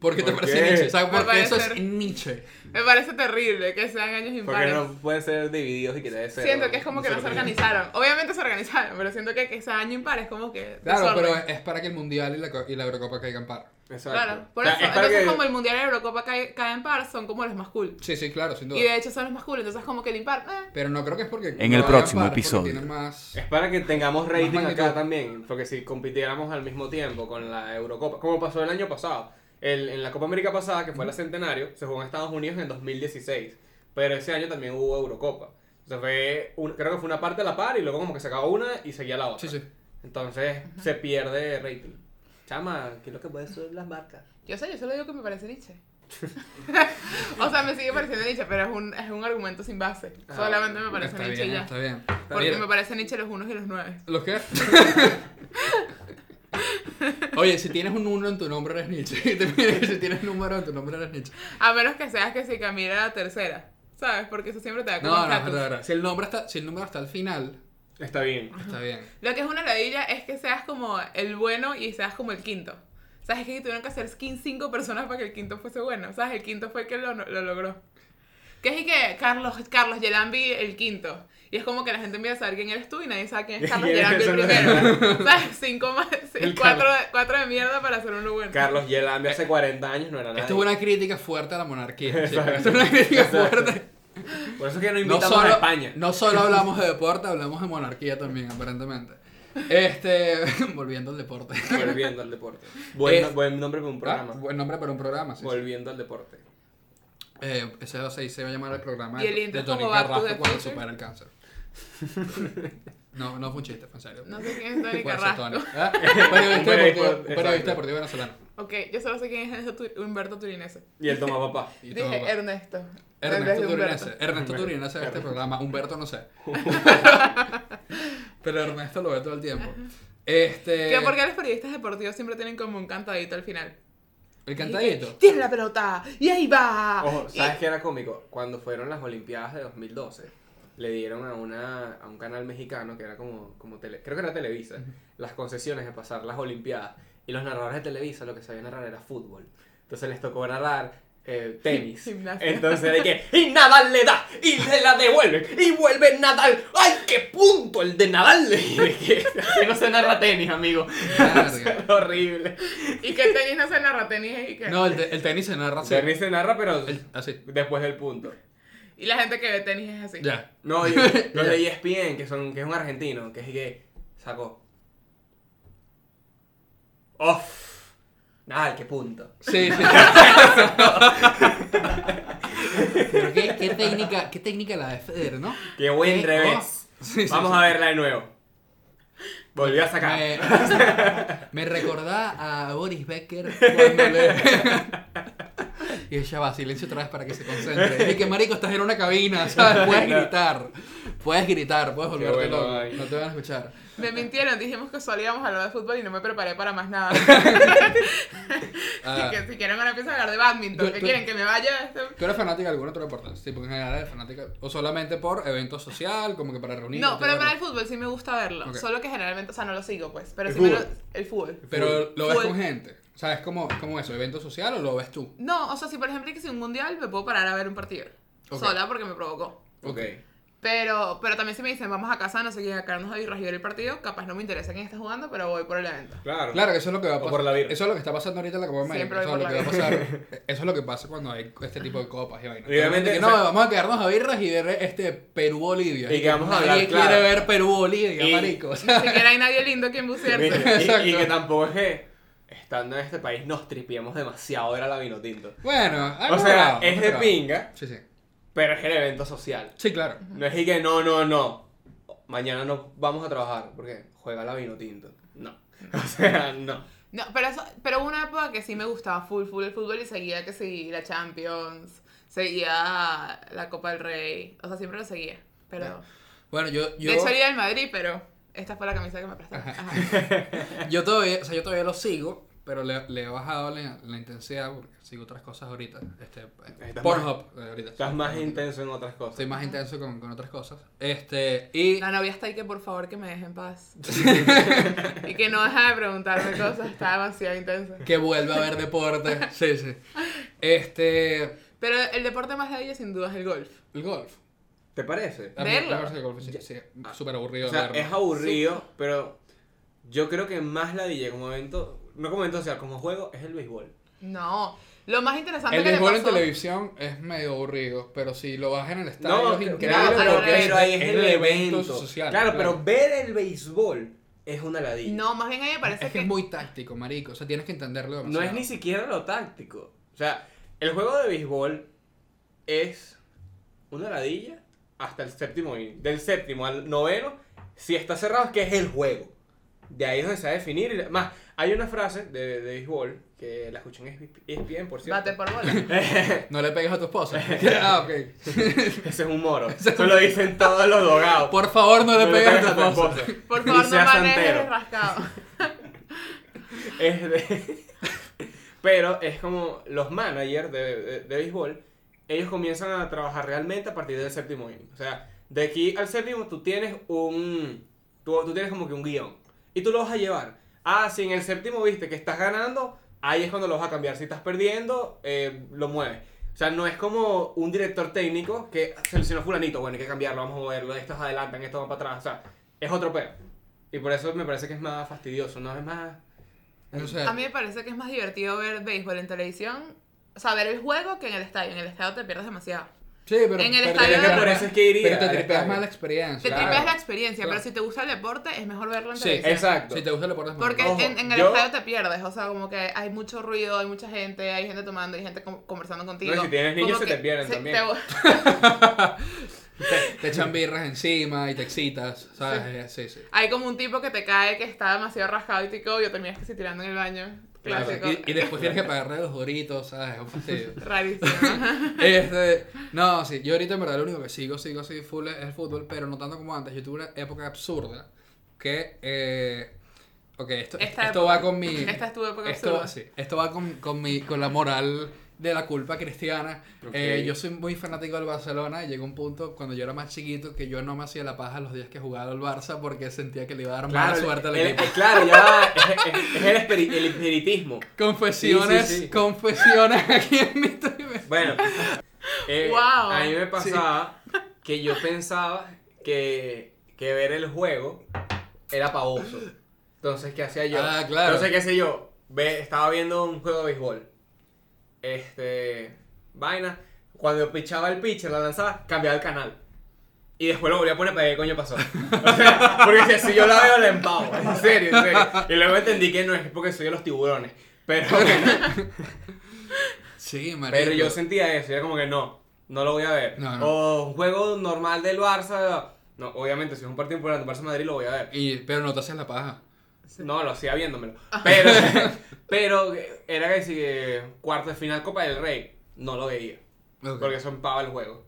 [SPEAKER 2] ¿Por qué te
[SPEAKER 3] ¿Por
[SPEAKER 2] parece
[SPEAKER 3] qué?
[SPEAKER 2] Nietzsche? O sea,
[SPEAKER 4] Me
[SPEAKER 2] porque
[SPEAKER 4] parece
[SPEAKER 2] eso es
[SPEAKER 4] ser-
[SPEAKER 2] Nietzsche.
[SPEAKER 4] Me parece terrible que sean años
[SPEAKER 3] Porque
[SPEAKER 4] impares.
[SPEAKER 3] no pueden ser divididos y que debe ser.
[SPEAKER 4] Siento que es como que no se
[SPEAKER 3] sé lo
[SPEAKER 4] organizaron. Obviamente se organizaron, pero siento que, que sea año impar es como que.
[SPEAKER 2] Claro,
[SPEAKER 4] desorden.
[SPEAKER 2] pero es para que el Mundial y la, co- y la Eurocopa caigan par.
[SPEAKER 3] Exacto.
[SPEAKER 4] Claro, por
[SPEAKER 3] O sea,
[SPEAKER 4] eso.
[SPEAKER 3] es para
[SPEAKER 4] Entonces,
[SPEAKER 3] que-
[SPEAKER 4] como el Mundial y la Eurocopa cae- caen par, son como los más cool.
[SPEAKER 2] Sí, sí, claro, sin duda.
[SPEAKER 4] Y de hecho son los más cool, entonces, como que el impar. eh.
[SPEAKER 2] Pero no creo que es porque.
[SPEAKER 5] En
[SPEAKER 2] no
[SPEAKER 5] el
[SPEAKER 2] hagan
[SPEAKER 5] próximo
[SPEAKER 2] par, porque
[SPEAKER 5] episodio.
[SPEAKER 2] tienen más-
[SPEAKER 3] Es para que tengamos rating
[SPEAKER 2] magnitud.
[SPEAKER 3] acá también, porque si compitiéramos al mismo tiempo con la Eurocopa, como pasó el año pasado, el- en la Copa América pasada, que fue la Centenario, se jugó en Estados Unidos en 2016, pero ese año también hubo Eurocopa. Entonces fue, un- creo que fue una parte a la par y luego como que se acabó una y seguía la otra.
[SPEAKER 2] Sí, sí.
[SPEAKER 3] Entonces se pierde rating. Chama, ¿qué es lo que pueden ser las marcas?
[SPEAKER 4] Yo sé, yo solo digo que me parece Nietzsche. <laughs> o sea, me sigue pareciendo Nietzsche, pero es un, es un argumento sin base.
[SPEAKER 3] Ah,
[SPEAKER 4] Solamente me parece
[SPEAKER 2] Está
[SPEAKER 4] Nietzsche y
[SPEAKER 2] bien,
[SPEAKER 4] ya.
[SPEAKER 2] está bien.
[SPEAKER 4] Porque
[SPEAKER 2] Mira,
[SPEAKER 4] me parece Nietzsche los unos y los nueve.
[SPEAKER 2] ¿Los
[SPEAKER 4] <laughs>
[SPEAKER 2] qué? Oye, si tienes un uno en tu nombre eres Nietzsche. <laughs> Te piden que si tienes un número en tu nombre eres Nietzsche.
[SPEAKER 4] A menos que seas que si Camila la tercera. ¿Sabes? Porque eso siempre te da como
[SPEAKER 2] No, no,
[SPEAKER 4] estatus.
[SPEAKER 2] no, no. Si el nombre está, si el número está al final,
[SPEAKER 3] Está bien.
[SPEAKER 2] está bien.
[SPEAKER 4] Lo que es una ladilla es que seas como el bueno y seas como el quinto. ¿Sabes que tuvieron que hacer skin cinco personas para que el quinto fuese bueno? ¿Sabes? El quinto fue el que lo, lo logró. Que es y que Carlos, Carlos Yelambi el quinto. Y es como que la gente empieza a saber quién eres tú y nadie
[SPEAKER 2] <laughs>
[SPEAKER 4] sabe quién es Carlos
[SPEAKER 3] ¿Quién es
[SPEAKER 4] Yelambi el
[SPEAKER 3] ese?
[SPEAKER 4] primero. ¿Sabes? Cinco más,
[SPEAKER 2] El
[SPEAKER 4] cuatro, cuatro de mierda para hacer uno bueno.
[SPEAKER 3] Carlos Yelambi hace 40 años no era nada.
[SPEAKER 2] Esto es una crítica fuerte a la
[SPEAKER 3] <laughs>
[SPEAKER 2] monarquía. chicos. Esto es una crítica
[SPEAKER 3] Exacto.
[SPEAKER 2] fuerte.
[SPEAKER 3] Por eso es que no
[SPEAKER 2] No
[SPEAKER 3] invitamos
[SPEAKER 2] solo,
[SPEAKER 3] a España.
[SPEAKER 2] no solo hablamos de deporte, hablamos de monarquía también, aparentemente. Este, <laughs> volviendo al deporte.
[SPEAKER 3] Volviendo al deporte. Buen,
[SPEAKER 2] Eh,
[SPEAKER 3] buen nombre para un <laughs> programa.
[SPEAKER 2] Ah, buen nombre para un programa. Sí, sí.
[SPEAKER 3] Volviendo al deporte.
[SPEAKER 2] Eh, ese va a ser- se va a llamar el programa
[SPEAKER 4] Y el
[SPEAKER 2] de-
[SPEAKER 4] intro
[SPEAKER 2] de
[SPEAKER 4] es
[SPEAKER 2] Tony
[SPEAKER 4] como Back to the
[SPEAKER 2] Carrasco cuando
[SPEAKER 4] Future.
[SPEAKER 2] supera el
[SPEAKER 3] <laughs>
[SPEAKER 2] cáncer. No, no fue un chiste, fue en serio.
[SPEAKER 4] No sé quién es
[SPEAKER 2] <laughs>
[SPEAKER 4] Tony
[SPEAKER 2] Puede ser
[SPEAKER 4] Carrasco. <laughs>
[SPEAKER 2] Tony. Ah, un periodista
[SPEAKER 3] Periodista,
[SPEAKER 2] deportivo- un
[SPEAKER 3] exacto.
[SPEAKER 2] periodista deportivo venezolano.
[SPEAKER 4] Ok, yo solo sé quién es Ernesto Tu- Humberto Turinese.
[SPEAKER 3] Y el toma papá.
[SPEAKER 2] Y todo
[SPEAKER 4] Dije
[SPEAKER 2] va.
[SPEAKER 4] Ernesto. en vez
[SPEAKER 2] Ernesto
[SPEAKER 4] de Humberto.
[SPEAKER 2] Turinese. Ernesto Turinese de este programa. Humberto no <laughs> sé. Pero Ernesto lo ve todo el tiempo. Este.
[SPEAKER 4] Que porque los periodistas deportivos siempre tienen como un cantadito al final.
[SPEAKER 2] El cantadito.
[SPEAKER 4] Tiene la pelota y ahí va.
[SPEAKER 3] <laughs> Ojo,
[SPEAKER 4] Y-
[SPEAKER 3] ¿sabes qué era cómico? Cuando fueron las Olimpiadas de 2012, le dieron a, una, a un canal mexicano que era como, como tele, creo que era Televisa, las concesiones de pasar las Olimpiadas. Y los narradores de Televisa lo que sabían narrar era fútbol. Entonces les tocó narrar eh, tenis.
[SPEAKER 4] Gimnasia.
[SPEAKER 3] Entonces de que, y Nadal le da, y se la devuelve, y vuelve Nadal. ¡Ay, qué punto el de Nadal! <laughs> Y de que, así no se narra tenis, amigo.
[SPEAKER 2] Verga.
[SPEAKER 3] <laughs> horrible.
[SPEAKER 4] Y que el tenis no se narra, tenis es y que.
[SPEAKER 2] No, el, te- el tenis se narra así.
[SPEAKER 3] Tenis se narra, pero
[SPEAKER 2] El- ah, así.
[SPEAKER 3] <laughs> después del punto.
[SPEAKER 4] Y la gente que ve tenis es así.
[SPEAKER 2] Ya. <laughs>
[SPEAKER 3] No, yo, los de E ESPN, que, son, que es un argentino, que es que sacó. ¡Off! Nadal, qué punto.
[SPEAKER 2] Sí, <laughs> sí. Pero qué, qué técnica, qué técnica la de Federer, ¿no?
[SPEAKER 3] ¡Qué buen
[SPEAKER 2] ¿Qué?
[SPEAKER 3] revés!
[SPEAKER 2] Oh. Sí, sí,
[SPEAKER 3] Vamos
[SPEAKER 2] sí.
[SPEAKER 3] a verla de nuevo. Volvió a sacar.
[SPEAKER 2] Me,
[SPEAKER 3] <laughs>
[SPEAKER 2] me recordá a Boris Becker cuando
[SPEAKER 3] <laughs>
[SPEAKER 2] le... Y ella va, silencio otra vez para que se concentre. Y que marico, estás en una cabina,
[SPEAKER 3] <laughs>
[SPEAKER 2] ¿sabes? Puedes gritar. Puedes gritar, puedes
[SPEAKER 3] Qué
[SPEAKER 2] volverte
[SPEAKER 3] bueno,
[SPEAKER 2] loco.
[SPEAKER 3] ay.
[SPEAKER 2] No te van a escuchar.
[SPEAKER 4] Me mintieron, dijimos que solo íbamos a hablar de fútbol y no me preparé para más nada.
[SPEAKER 2] <laughs> Ah,
[SPEAKER 3] <laughs>
[SPEAKER 4] Así que si quieren ahora empiezo a hablar de badminton,
[SPEAKER 2] Yo-
[SPEAKER 4] ¿qué
[SPEAKER 2] tú-
[SPEAKER 4] quieren? ¿Que me vaya? Este-
[SPEAKER 2] Ah, ¿Tú eres fanática de algún otro deporte? Sí, porque en general eres fanática. O solamente por evento social, como que para reunirte.
[SPEAKER 4] No, pero
[SPEAKER 2] verlo.
[SPEAKER 4] para el fútbol sí me gusta verlo.
[SPEAKER 2] Ok.
[SPEAKER 4] Solo que generalmente, o sea, no lo sigo pues. Pero
[SPEAKER 3] ¿El
[SPEAKER 4] sí me lo-
[SPEAKER 3] fútbol?
[SPEAKER 4] El fútbol.
[SPEAKER 2] Pero lo ves
[SPEAKER 4] Fútbol.
[SPEAKER 2] con gente. O sea, es como, como eso, evento social o lo ves tú.
[SPEAKER 4] No, o sea, si por ejemplo hay que si un mundial, me puedo parar a ver un partido.
[SPEAKER 2] Ok.
[SPEAKER 4] Sola porque me provocó.
[SPEAKER 3] Ok.
[SPEAKER 4] Pero, pero también si me dicen, vamos a casa, no sé qué, acá nos a ver el partido, capaz no me interesa quién está jugando, pero voy por el evento.
[SPEAKER 3] Claro.
[SPEAKER 2] Claro, que eso es lo que va a
[SPEAKER 3] O
[SPEAKER 2] pasar.
[SPEAKER 3] por la birra.
[SPEAKER 2] Eso es lo que está pasando ahorita en la Copa América.
[SPEAKER 4] Siempre
[SPEAKER 2] O sea,
[SPEAKER 4] voy
[SPEAKER 2] lo
[SPEAKER 4] por
[SPEAKER 2] que va a
[SPEAKER 4] la
[SPEAKER 2] pasar. Eso es lo que pasa cuando hay este tipo de copas y vainas.
[SPEAKER 3] Y obviamente,
[SPEAKER 2] Que
[SPEAKER 3] o
[SPEAKER 2] no,
[SPEAKER 3] sea-
[SPEAKER 2] vamos a quedarnos a birras y ver este Perú-Bolivia.
[SPEAKER 3] Y que vamos a
[SPEAKER 2] Nadie
[SPEAKER 3] hablar,
[SPEAKER 2] quiere
[SPEAKER 3] claro.
[SPEAKER 2] ver Perú-Bolivia,
[SPEAKER 3] Y-
[SPEAKER 2] marico.
[SPEAKER 3] <laughs>
[SPEAKER 2] O sea,
[SPEAKER 4] Ni siquiera hay nadie lindo quien bucearse.
[SPEAKER 3] Y, y
[SPEAKER 2] Exacto.
[SPEAKER 3] que tampoco es que, estando en este país, nos tripiamos demasiado era la vino tinto.
[SPEAKER 2] bueno,
[SPEAKER 3] O sea, es de
[SPEAKER 2] ping.
[SPEAKER 3] pinga,
[SPEAKER 2] Sí, sí.
[SPEAKER 3] pero es el evento social.
[SPEAKER 2] Sí, claro.
[SPEAKER 3] No es y que no, no, no. Mañana no vamos a trabajar porque juega la vino tinto. No. <laughs> O sea, no.
[SPEAKER 4] No, pero, eso, pero hubo una época que sí me gustaba full, full el fútbol y seguía que seguía la Champions, seguía la Copa del Rey. O sea, siempre lo seguía. Pero,
[SPEAKER 2] Bueno, yo. yo...
[SPEAKER 4] De hecho, era del Madrid, pero esta fue la camisa que me prestaron. Ajá.
[SPEAKER 2] Yo todavía, o sea, yo todavía lo sigo, pero le, le he bajado la, la intensidad porque sigo otras cosas ahorita. Este, eh,
[SPEAKER 3] Estás
[SPEAKER 2] Pornhub, eh, ahorita.
[SPEAKER 3] Estás más intenso en otras cosas.
[SPEAKER 2] Estoy más intenso con, con otras cosas. Este, y
[SPEAKER 4] La novia está ahí que por favor que me deje
[SPEAKER 2] <laughs>
[SPEAKER 4] en paz. y que no deja de preguntarme cosas, está demasiado intensa.
[SPEAKER 2] que vuelve a haber deporte.
[SPEAKER 4] <laughs>
[SPEAKER 2] Sí, sí. Este,
[SPEAKER 4] Pero el deporte más de ella sin duda es el golf.
[SPEAKER 2] el golf.
[SPEAKER 3] ¿Te parece?
[SPEAKER 2] La-
[SPEAKER 4] Verlo.
[SPEAKER 2] la verdad es que el golf, sí, sí, súper aburrido.
[SPEAKER 3] O sea,
[SPEAKER 2] verlo.
[SPEAKER 3] es aburrido, pero yo creo que más la DJ como evento, no como evento social, como juego, es el béisbol.
[SPEAKER 4] No. Lo más interesante
[SPEAKER 2] el
[SPEAKER 4] que le
[SPEAKER 2] béisbol en
[SPEAKER 4] pasó-
[SPEAKER 2] televisión es medio aburrido, pero si lo bajan en el estadio
[SPEAKER 3] No,
[SPEAKER 2] es
[SPEAKER 3] que-
[SPEAKER 2] increíble.
[SPEAKER 3] claro, pero,
[SPEAKER 4] pero
[SPEAKER 3] pero ahí es,
[SPEAKER 2] es
[SPEAKER 3] el evento.
[SPEAKER 2] social.
[SPEAKER 3] claro, pero ver el béisbol es una ladilla.
[SPEAKER 4] No, más bien a ella me parece
[SPEAKER 2] Es que es muy táctico, marico. O sea, tienes que entenderlo
[SPEAKER 3] No
[SPEAKER 2] demasiado.
[SPEAKER 3] es ni siquiera lo táctico. O sea, el juego de béisbol es una ladilla hasta el séptimo inning. Del séptimo al noveno, si está cerrado es que es el juego. De ahí es donde se va a definir. y- Más, hay una frase de, de béisbol que la escuché en E ESPN, por cierto. <laughs>
[SPEAKER 4] Bate por bola.
[SPEAKER 2] No le pegues a tu esposa. ah, ok.
[SPEAKER 3] Ese es un moro. Eso lo dicen todos los dogados.
[SPEAKER 2] Por favor, no le
[SPEAKER 3] No le
[SPEAKER 2] pegues a
[SPEAKER 3] pegues
[SPEAKER 2] tu esposa. <laughs>
[SPEAKER 4] Por
[SPEAKER 3] Ni
[SPEAKER 4] favor, no
[SPEAKER 3] seas
[SPEAKER 4] manejes
[SPEAKER 3] santero.
[SPEAKER 4] rascado.
[SPEAKER 3] Es de- <laughs> Pero es como los managers de, de- de béisbol, ellos comienzan a trabajar realmente a partir del séptimo inning. O sea, de aquí al séptimo tú tienes un... Tú, tú tienes como que un guión. Y tú lo vas a llevar. Ah, si en el séptimo viste que estás ganando, ahí es cuando lo vas a cambiar. Si estás perdiendo, eh, lo mueves. O sea, no es como un director técnico que seleccionó fulanito, bueno, hay que cambiarlo, vamos a moverlo, estos adelantan, estos van para atrás. O sea, es otro peo. Y por eso me parece que es más fastidioso, ¿no? Es más...
[SPEAKER 2] No sé.
[SPEAKER 4] A mí me parece que es más divertido ver béisbol en televisión, o sea, ver el juego que en el estadio. En el estadio te pierdes demasiado.
[SPEAKER 2] Sí, pero
[SPEAKER 4] En el
[SPEAKER 2] pero
[SPEAKER 4] estadio
[SPEAKER 2] te-
[SPEAKER 4] no-
[SPEAKER 3] Por eso es que iría
[SPEAKER 2] Pero
[SPEAKER 3] al
[SPEAKER 2] te tripeas
[SPEAKER 3] estadio.
[SPEAKER 2] más la
[SPEAKER 4] Te
[SPEAKER 2] experiencia.
[SPEAKER 3] Claro.
[SPEAKER 4] tripeas la experiencia,
[SPEAKER 2] Claro.
[SPEAKER 4] pero si te gusta el deporte es mejor verlo en
[SPEAKER 2] Sí,
[SPEAKER 4] televisión.
[SPEAKER 3] Exacto.
[SPEAKER 2] Si te gusta el deporte es mejor.
[SPEAKER 4] Porque
[SPEAKER 3] Ojo,
[SPEAKER 4] en, en el
[SPEAKER 3] yo-
[SPEAKER 4] estadio te pierdes, o sea, como que hay mucho ruido, hay mucha gente, hay gente tomando, hay gente com- conversando contigo.
[SPEAKER 3] No, y si tienes niños,
[SPEAKER 4] Como
[SPEAKER 3] se te
[SPEAKER 4] que
[SPEAKER 3] pierden también.
[SPEAKER 4] te-
[SPEAKER 2] te echan birras encima y te excitas, ¿sabes? Sí, sí.
[SPEAKER 4] <laughs> hay como un tipo que te cae que está demasiado rascado y te yo terminas que si tirando en el baño.
[SPEAKER 3] Claro,
[SPEAKER 4] Clásico.
[SPEAKER 2] Y, y después tienes que pagarle los doritos, ¿sabes? Es un fastidio.
[SPEAKER 3] <laughs>
[SPEAKER 4] Rarísimo.
[SPEAKER 2] Este, no, sí, yo ahorita en verdad lo único que sigo, sigo, sigo full es el fútbol, pero no tanto como antes. Yo tuve una época absurda que, eh, ok, esto,
[SPEAKER 4] Esta
[SPEAKER 2] esto
[SPEAKER 4] época-
[SPEAKER 2] va con mi...
[SPEAKER 4] esta es tu época
[SPEAKER 2] esto,
[SPEAKER 4] absurda.
[SPEAKER 2] sí, esto va con, con, mi, con la moral de la culpa cristiana.
[SPEAKER 3] Ok.
[SPEAKER 2] Eh, yo soy muy fanático del Barcelona y llegó un punto cuando yo era más chiquito que yo no me hacía la paja los días que jugaba al Barça porque sentía que le iba a dar mala suerte al
[SPEAKER 3] el-
[SPEAKER 2] equipo.
[SPEAKER 3] el- claro, ya va, es, es- es el, espiri- el espiritismo.
[SPEAKER 2] Confesiones,
[SPEAKER 3] Sí, sí, sí.
[SPEAKER 2] confesiones <laughs> aquí en mi TV.
[SPEAKER 3] Bueno, eh,
[SPEAKER 4] Wow.
[SPEAKER 3] a mí me pasaba que yo pensaba que, que ver el juego era pavoso. Entonces, ¿qué hacía yo?
[SPEAKER 2] Ah, claro.
[SPEAKER 3] Entonces, ¿qué sé yo? Ve- estaba viendo un juego de béisbol. Este. Vaina. Cuando pichaba el pitcher, la lanzaba, cambiaba el canal. Y después lo volví a poner para ver qué coño pasó. O sea, porque si, si yo la veo, la empavo. En serio, en serio. Y luego entendí que no es porque soy de los tiburones. Pero,
[SPEAKER 2] Sí, marico.
[SPEAKER 3] pero yo sentía eso. y era como que no, no lo voy a ver.
[SPEAKER 2] No, no.
[SPEAKER 3] O un juego normal del Barça. No, obviamente, si es un partido importante del Barça Madrid, lo voy a ver.
[SPEAKER 2] Y, pero no te haces la paja.
[SPEAKER 3] No, lo hacía
[SPEAKER 4] <laughs>
[SPEAKER 3] viéndomelo.
[SPEAKER 4] Ah.
[SPEAKER 3] Pero, pero era que si eh, cuarto de final Copa del Rey, no lo veía.
[SPEAKER 2] Ok.
[SPEAKER 3] Porque eso empava el juego.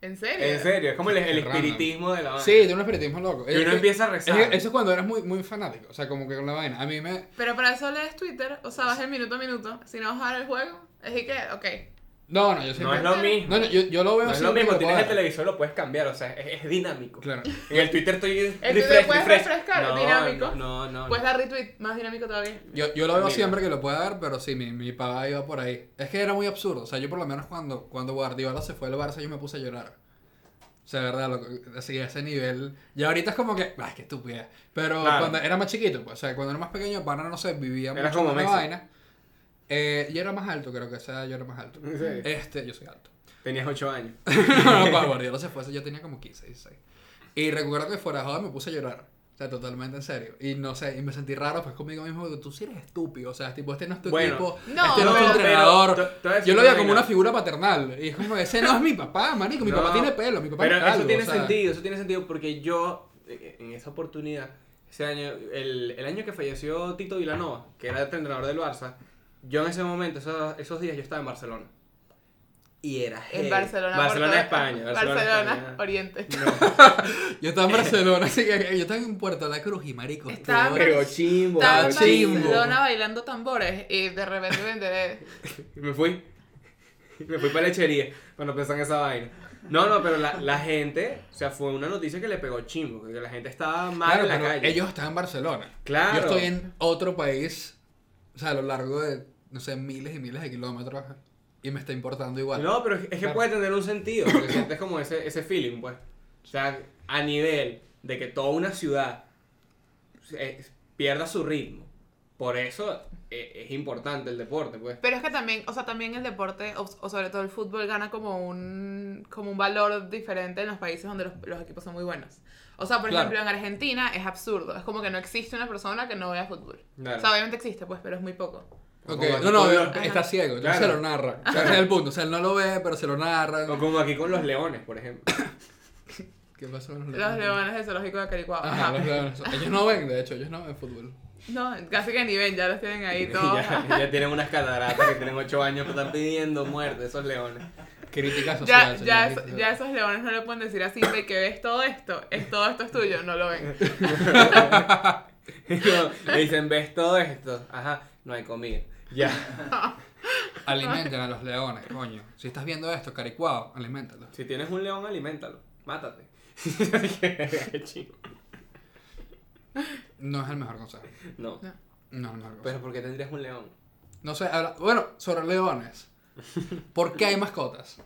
[SPEAKER 4] ¿En serio?
[SPEAKER 3] En serio, es como el, el
[SPEAKER 2] Qué random.
[SPEAKER 3] espiritismo de la banda.
[SPEAKER 2] Sí, tiene un espiritismo loco.
[SPEAKER 3] Y uno empieza a rezar.
[SPEAKER 2] es que eso es cuando eras muy, muy fanático. O sea, como que con la vaina. A mí me.
[SPEAKER 4] Pero para eso lees Twitter, o sea, vas el minuto a minuto. Si no vas a ver el juego, así que, ok.
[SPEAKER 2] No, no, yo
[SPEAKER 3] No
[SPEAKER 2] siempre.
[SPEAKER 3] es lo mismo.
[SPEAKER 2] No, no, yo, yo lo veo
[SPEAKER 3] No es
[SPEAKER 2] así
[SPEAKER 3] lo
[SPEAKER 2] porque
[SPEAKER 3] mismo,
[SPEAKER 2] puedo
[SPEAKER 3] tienes el
[SPEAKER 2] ver.
[SPEAKER 3] televisor, lo puedes cambiar, o sea, es, es dinámico.
[SPEAKER 2] Claro.
[SPEAKER 3] En el Twitter estoy
[SPEAKER 4] El Twitter puedes refrescar, dinámico.
[SPEAKER 3] No, no, no.
[SPEAKER 4] Puedes dar pues retweet, más dinámico todavía.
[SPEAKER 2] Yo, yo lo veo
[SPEAKER 3] Mira.
[SPEAKER 2] siempre que lo pueda ver, pero sí, mi, mi paga iba por ahí. Es que era muy absurdo. O sea, yo por lo menos cuando, cuando Guardiola se fue al Barça, yo me puse a llorar. O sea, de verdad, lo- así a ese nivel. Y ahorita es como que, ay, qué estúpida. Pero
[SPEAKER 3] Claro.
[SPEAKER 2] cuando era más chiquito, pues, o sea, cuando era más pequeño, para no sé, vivía
[SPEAKER 3] Era
[SPEAKER 2] mucho
[SPEAKER 3] como
[SPEAKER 2] más la
[SPEAKER 3] Messi.
[SPEAKER 2] vaina. Eh, yo era más alto, creo que o sea, yo era más alto.
[SPEAKER 3] ¿En serio?
[SPEAKER 2] Este, yo soy alto.
[SPEAKER 3] Tenías 8 años.
[SPEAKER 2] no, para Guardiola se fue, yo tenía como 15, 16. Y recuerdo que fuera de joda me puse a llorar. O sea, totalmente en serio. Y no sé, y me sentí raro pues conmigo mismo, porque tú sí eres estúpido. O sea, tipo, este no es tu
[SPEAKER 3] Bueno.
[SPEAKER 2] equipo,
[SPEAKER 4] No,
[SPEAKER 2] este no es tu
[SPEAKER 4] pero-
[SPEAKER 2] entrenador.
[SPEAKER 3] pero- te- te voy a decir
[SPEAKER 2] yo lo veía
[SPEAKER 3] una
[SPEAKER 2] como
[SPEAKER 3] vaina.
[SPEAKER 2] una figura paternal. Y es como, ese no es mi papá, marico. Mi
[SPEAKER 3] No,
[SPEAKER 2] papá tiene pelo, mi papá
[SPEAKER 3] Pero
[SPEAKER 2] es calvo.
[SPEAKER 3] eso tiene
[SPEAKER 2] o sea.
[SPEAKER 3] sentido, eso tiene sentido porque yo, eh, en esa oportunidad, ese año, el, el año que falleció Tito Vilanova, que era el entrenador del Barça, yo en ese momento, esos, esos días, yo estaba en Barcelona. Y era
[SPEAKER 4] En
[SPEAKER 3] heavy.
[SPEAKER 4] Barcelona,
[SPEAKER 3] Barcelona,
[SPEAKER 4] Puerto-
[SPEAKER 3] España. Barcelona,
[SPEAKER 4] Barcelona,
[SPEAKER 3] España.
[SPEAKER 4] Oriente.
[SPEAKER 2] Yo estaba en
[SPEAKER 3] <laughs>
[SPEAKER 2] Barcelona, así que yo estaba en Puerto La Cruz y marico.
[SPEAKER 4] Estaba
[SPEAKER 2] peor.
[SPEAKER 4] en
[SPEAKER 3] Pero chimbo,
[SPEAKER 4] Estaba en
[SPEAKER 2] Estaba chimbo.
[SPEAKER 4] Barcelona bailando tambores y de repente me enteré.
[SPEAKER 3] Y me fui. <laughs> Me fui para lechería cuando pensaba en esa vaina. No, no, pero la, la gente, o sea, fue una noticia que le pegó chimbo, que la gente estaba mal
[SPEAKER 2] Claro,
[SPEAKER 3] en la
[SPEAKER 2] pero
[SPEAKER 3] calle.
[SPEAKER 2] ellos están en Barcelona.
[SPEAKER 3] Claro.
[SPEAKER 2] Yo estoy en otro país, o sea, a lo largo de, no sé, miles y miles de kilómetros. Y me está importando igual.
[SPEAKER 3] No, pero es que
[SPEAKER 2] Claro.
[SPEAKER 3] puede tener un sentido,
[SPEAKER 2] <coughs>
[SPEAKER 3] porque sientes como ese, ese feeling, pues. O sea, a nivel de que toda una ciudad eh, pierda su ritmo. Por eso eh, es importante el deporte, pues.
[SPEAKER 4] Pero es que también, o sea, también el deporte, o, o sobre todo el fútbol, gana como un, como un valor diferente en los países donde los, los equipos son muy buenos. O sea, por
[SPEAKER 2] Claro.
[SPEAKER 4] ejemplo, en Argentina es absurdo. Es como que no existe una persona que no vea fútbol.
[SPEAKER 3] Claro.
[SPEAKER 4] O sea, obviamente existe, pues, pero es muy poco.
[SPEAKER 2] Ok,
[SPEAKER 3] Como aquí
[SPEAKER 2] no, no,
[SPEAKER 3] con
[SPEAKER 2] veo-
[SPEAKER 3] los-
[SPEAKER 2] está ciego, entonces
[SPEAKER 3] Claro.
[SPEAKER 2] se lo <laughs> narra. O sea, ese es el punto, o sea, él no lo ve, pero se lo narra.
[SPEAKER 3] O como aquí con los leones, por ejemplo.
[SPEAKER 2] ¿Qué pasó con
[SPEAKER 4] Los leones del zoológico de Caricuao.
[SPEAKER 2] Ajá,
[SPEAKER 4] Ajá.
[SPEAKER 2] los leones. Ellos no ven, de hecho, ellos no ven fútbol.
[SPEAKER 4] No, casi que ni ven, <laughs> ya los
[SPEAKER 3] <laughs>
[SPEAKER 4] tienen ahí todos.
[SPEAKER 3] ya, ya tienen unas cataratas que tienen 8 años, pero están pidiendo muerte esos leones. <laughs>
[SPEAKER 2] Crítica
[SPEAKER 4] Ya,
[SPEAKER 2] social.
[SPEAKER 4] ya,
[SPEAKER 2] señor.
[SPEAKER 4] eso- ya esos leones no le pueden decir así de que ves todo esto, es todo esto es tuyo, no lo ven.
[SPEAKER 3] Y no, le dicen, ves todo esto. Ajá, no hay comida.
[SPEAKER 2] <laughs>
[SPEAKER 3] Ya.
[SPEAKER 2] Alimenten a los leones, coño. Si estás viendo esto, caricuado, aliméntalos.
[SPEAKER 3] Si tienes un león, aliméntalo.
[SPEAKER 2] <laughs>
[SPEAKER 3] Mátate. <laughs> Chico.
[SPEAKER 2] No es el mejor consejo.
[SPEAKER 3] no.
[SPEAKER 4] No.
[SPEAKER 2] No es el mejor consejo.
[SPEAKER 3] Pero Pues, ¿por qué tendrías un león?
[SPEAKER 2] No sé, habla- bueno, sobre leones. ¿Por qué hay mascotas?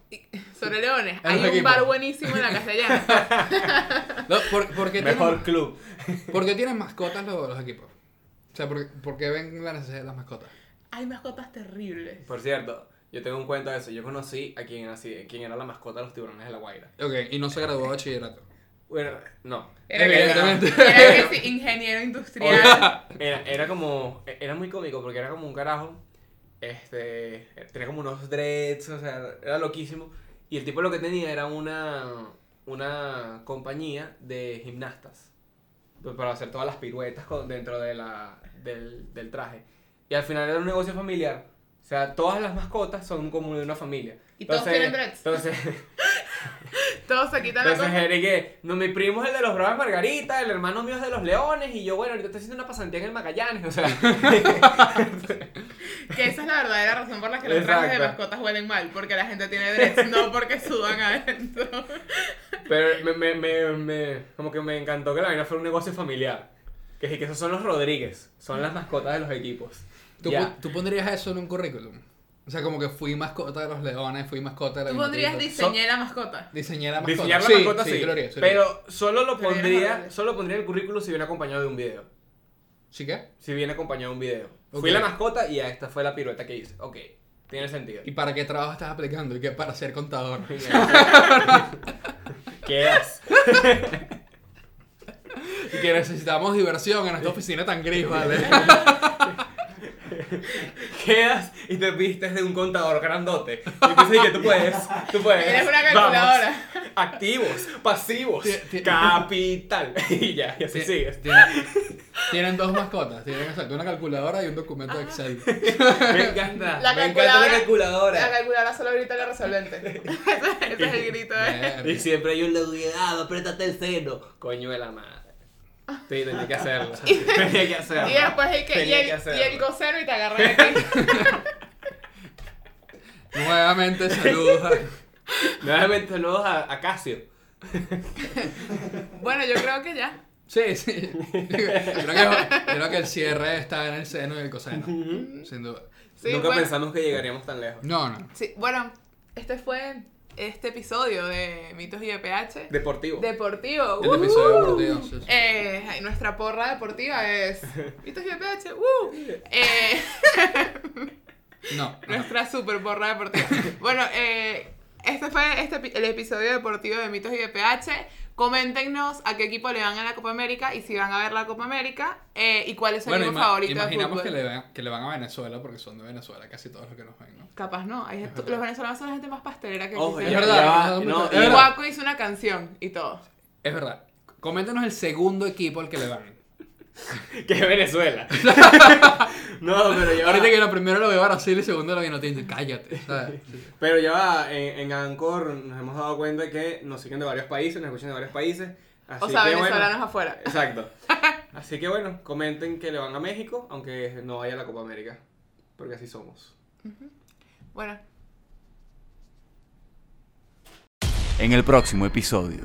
[SPEAKER 4] Sobre <laughs> leones,
[SPEAKER 2] En
[SPEAKER 4] hay
[SPEAKER 2] los
[SPEAKER 4] un
[SPEAKER 2] equipos.
[SPEAKER 4] bar buenísimo en la castellana. <laughs>
[SPEAKER 2] No, ¿por, por qué tienen-
[SPEAKER 3] Mejor club.
[SPEAKER 2] por qué tienen mascotas los, los equipos? O sea, ¿por, por qué ven la necesidad de las mascotas?
[SPEAKER 4] Hay mascotas terribles.
[SPEAKER 3] Por cierto, yo tengo un cuento de eso. Yo conocí a quien, así, quien era la mascota de los tiburones de la Guaira.
[SPEAKER 2] Ok, y no se graduó de bachillerato.
[SPEAKER 3] Bueno, no.
[SPEAKER 4] Era que- <laughs>
[SPEAKER 2] Evidentemente.
[SPEAKER 4] Era que sí, ingeniero industrial.
[SPEAKER 3] <laughs> Era, era como. Era muy cómico porque era como un carajo. Este. Tenía como unos dreads, o sea, era loquísimo. Y el tipo lo que tenía era una. Una compañía de gimnastas. pues, Para hacer todas las piruetas con- dentro de la, del, del traje. Y al final era un negocio familiar. O sea, todas las mascotas son como de una familia.
[SPEAKER 4] Y todos tienen dreads.
[SPEAKER 3] Entonces,
[SPEAKER 4] Todos se quitan la
[SPEAKER 3] entonces,
[SPEAKER 4] cosa.
[SPEAKER 3] Eric, que, no, mi primo es el de los Bravas Margarita, el hermano mío es de los Leones, y yo, bueno, ahorita estoy haciendo una pasantía en el Magallanes, o sea,
[SPEAKER 4] <laughs> Que esa es la verdadera razón por la que los trajes de
[SPEAKER 3] Exacto.
[SPEAKER 4] mascotas huelen mal. Porque la gente tiene dreads, no porque sudan adentro.
[SPEAKER 3] pero me, me, me, me- como que me encantó que la vaina fuera un negocio familiar, que sí, que esos son los Rodríguez, son las mascotas de los equipos,
[SPEAKER 2] ¿Tú,
[SPEAKER 3] Ya.
[SPEAKER 2] pon- tú pondrías eso en un currículum? O sea, como que fui mascota de los leones, fui mascota de la
[SPEAKER 4] Tú
[SPEAKER 2] Vinotinto.
[SPEAKER 4] pondrías diseñar la mascota.
[SPEAKER 2] So- diseñar la mascota.
[SPEAKER 3] Diseñar la
[SPEAKER 2] sí,
[SPEAKER 3] mascota sí,
[SPEAKER 2] sí, yo lo haría, sí lo haría.
[SPEAKER 3] pero solo lo
[SPEAKER 4] Pero
[SPEAKER 3] pondría,
[SPEAKER 4] eres
[SPEAKER 3] solo pondría en el currículum si viene acompañado de un video.
[SPEAKER 2] ¿Sí qué?
[SPEAKER 3] Si viene acompañado de un video.
[SPEAKER 2] Ok.
[SPEAKER 3] Fui la mascota y esta fue la pirueta que hice. Ok, tiene sentido.
[SPEAKER 2] ¿Y para qué trabajo estás aplicando? ¿Y qué para ser contador?
[SPEAKER 3] <laughs>
[SPEAKER 2] <laughs>
[SPEAKER 3] ¿Qué es?
[SPEAKER 2] Y que necesitamos diversión en esta oficina tan gris,
[SPEAKER 3] <laughs>
[SPEAKER 2] ¿vale?
[SPEAKER 3] quedas y te vistes de un contador grandote. Y empiezas y que tú puedes, tú puedes.
[SPEAKER 4] Eres una
[SPEAKER 3] Vamos.
[SPEAKER 4] calculadora.
[SPEAKER 3] Activos, pasivos,
[SPEAKER 2] Ti- ti-
[SPEAKER 3] capital. <laughs> Y ya, y así
[SPEAKER 2] Ti- <laughs>
[SPEAKER 3] sigues.
[SPEAKER 2] tienen- tienen dos mascotas, tienen exacto, una calculadora y un documento de
[SPEAKER 4] <laughs>
[SPEAKER 2] Excel.
[SPEAKER 3] Me encanta,
[SPEAKER 4] La
[SPEAKER 3] me encanta la
[SPEAKER 4] La
[SPEAKER 3] calculadora.
[SPEAKER 4] calculadora solo grita la resolvente. <laughs> Ese es el grito. ¿eh?
[SPEAKER 2] Verga.
[SPEAKER 3] Y siempre hay un leudidado, apriétate el seno. Coño de la madre. Sí, tenía que
[SPEAKER 4] <laughs>
[SPEAKER 3] hacerlo. tenía que hacerlo.
[SPEAKER 4] Y después el que, y
[SPEAKER 3] Tenía
[SPEAKER 4] el,
[SPEAKER 3] que hacerlo.
[SPEAKER 4] y el gocero y te agarran
[SPEAKER 2] <laughs>
[SPEAKER 4] aquí.
[SPEAKER 3] <laughs>
[SPEAKER 2] Nuevamente saludos. a-
[SPEAKER 3] Nuevamente saludos a, a Casio.
[SPEAKER 4] Bueno, yo creo que ya.
[SPEAKER 2] Sí, sí. Creo que, creo que el cierre está en el seno y el coseno. Sin duda.
[SPEAKER 4] Sí,
[SPEAKER 3] Nunca
[SPEAKER 4] bueno.
[SPEAKER 3] pensamos que llegaríamos tan lejos.
[SPEAKER 2] No, no.
[SPEAKER 4] Sí, bueno, este fue este episodio de Mitos y EPH.
[SPEAKER 3] Deportivo.
[SPEAKER 4] Deportivo.
[SPEAKER 2] El episodio
[SPEAKER 4] ¡Woohoo!
[SPEAKER 2] deportivo, sí, sí.
[SPEAKER 4] Eh, ay, nuestra porra
[SPEAKER 2] <laughs>
[SPEAKER 4] deportiva es Mitos y EPH. ¡woo! Eh,
[SPEAKER 2] No.
[SPEAKER 4] nuestra super porra deportiva. Bueno, eh, este fue este, epi- el episodio deportivo de Mitos y EPH. Coméntenos a qué equipo le van a la Copa América y si van a ver la Copa América eh, y cuál es su
[SPEAKER 2] Bueno,
[SPEAKER 4] equipo
[SPEAKER 2] ima-
[SPEAKER 4] favorito de
[SPEAKER 2] imaginamos
[SPEAKER 4] fútbol.
[SPEAKER 2] que le, van, que le van a Venezuela porque son de Venezuela casi todos los que nos ven, ¿no?
[SPEAKER 4] Capaz no. hay gente- los venezolanos son la gente más pastelera que
[SPEAKER 3] Ojo,
[SPEAKER 4] existe.
[SPEAKER 2] Es
[SPEAKER 3] Oh, ya-
[SPEAKER 2] verdad,
[SPEAKER 3] ya
[SPEAKER 2] no, no,
[SPEAKER 3] va- no,
[SPEAKER 2] es
[SPEAKER 4] Y
[SPEAKER 3] ya-
[SPEAKER 2] verdad.
[SPEAKER 4] Guaco hizo una canción y todo.
[SPEAKER 2] Es verdad. Coméntenos el segundo equipo al que le van.
[SPEAKER 4] Ah.
[SPEAKER 3] Que es
[SPEAKER 4] <laughs>
[SPEAKER 3] Venezuela. no, pero ya. va.
[SPEAKER 4] Ah.
[SPEAKER 2] Ahorita que lo primero lo veo a Brasil y segundo lo vino tinto. Cállate, ¿sabes?
[SPEAKER 4] <laughs>
[SPEAKER 3] Pero ya va, en, en Anchor nos hemos dado cuenta que nos siguen de varios países, nos escuchan de varios países. Así
[SPEAKER 4] o sea,
[SPEAKER 3] que
[SPEAKER 4] venezolanos
[SPEAKER 3] bueno,
[SPEAKER 4] afuera. <laughs>
[SPEAKER 3] Exacto. Así que bueno, comenten que le van a México, aunque no vaya a la Copa América. Porque así somos.
[SPEAKER 4] Bueno,
[SPEAKER 5] En el próximo episodio.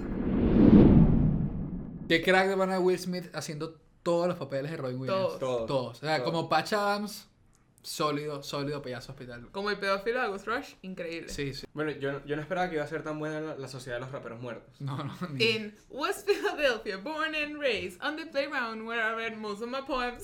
[SPEAKER 2] Qué crack de van a Will Smith haciendo todos los papeles de Robin Williams.
[SPEAKER 4] Todos.
[SPEAKER 3] Todos.
[SPEAKER 2] Todos. O sea,
[SPEAKER 3] Todos.
[SPEAKER 2] como Patch Adams, sólido, sólido payaso hospital.
[SPEAKER 4] como el pedófilo de August Rush, increíble.
[SPEAKER 2] Sí, sí.
[SPEAKER 3] Bueno, yo, no- yo no esperaba que iba a ser tan buena la, la sociedad de los raperos muertos.
[SPEAKER 2] No, no. ni-
[SPEAKER 4] In West Philadelphia, born and raised, on the playground where I read most of my poems.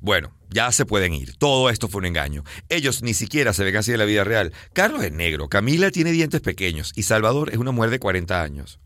[SPEAKER 1] Bueno, ya se pueden ir. Todo esto fue un engaño. Ellos ni siquiera se ven así en la vida real. Carlos es negro, Camila tiene dientes pequeños y Salvador es una mujer de 40 años.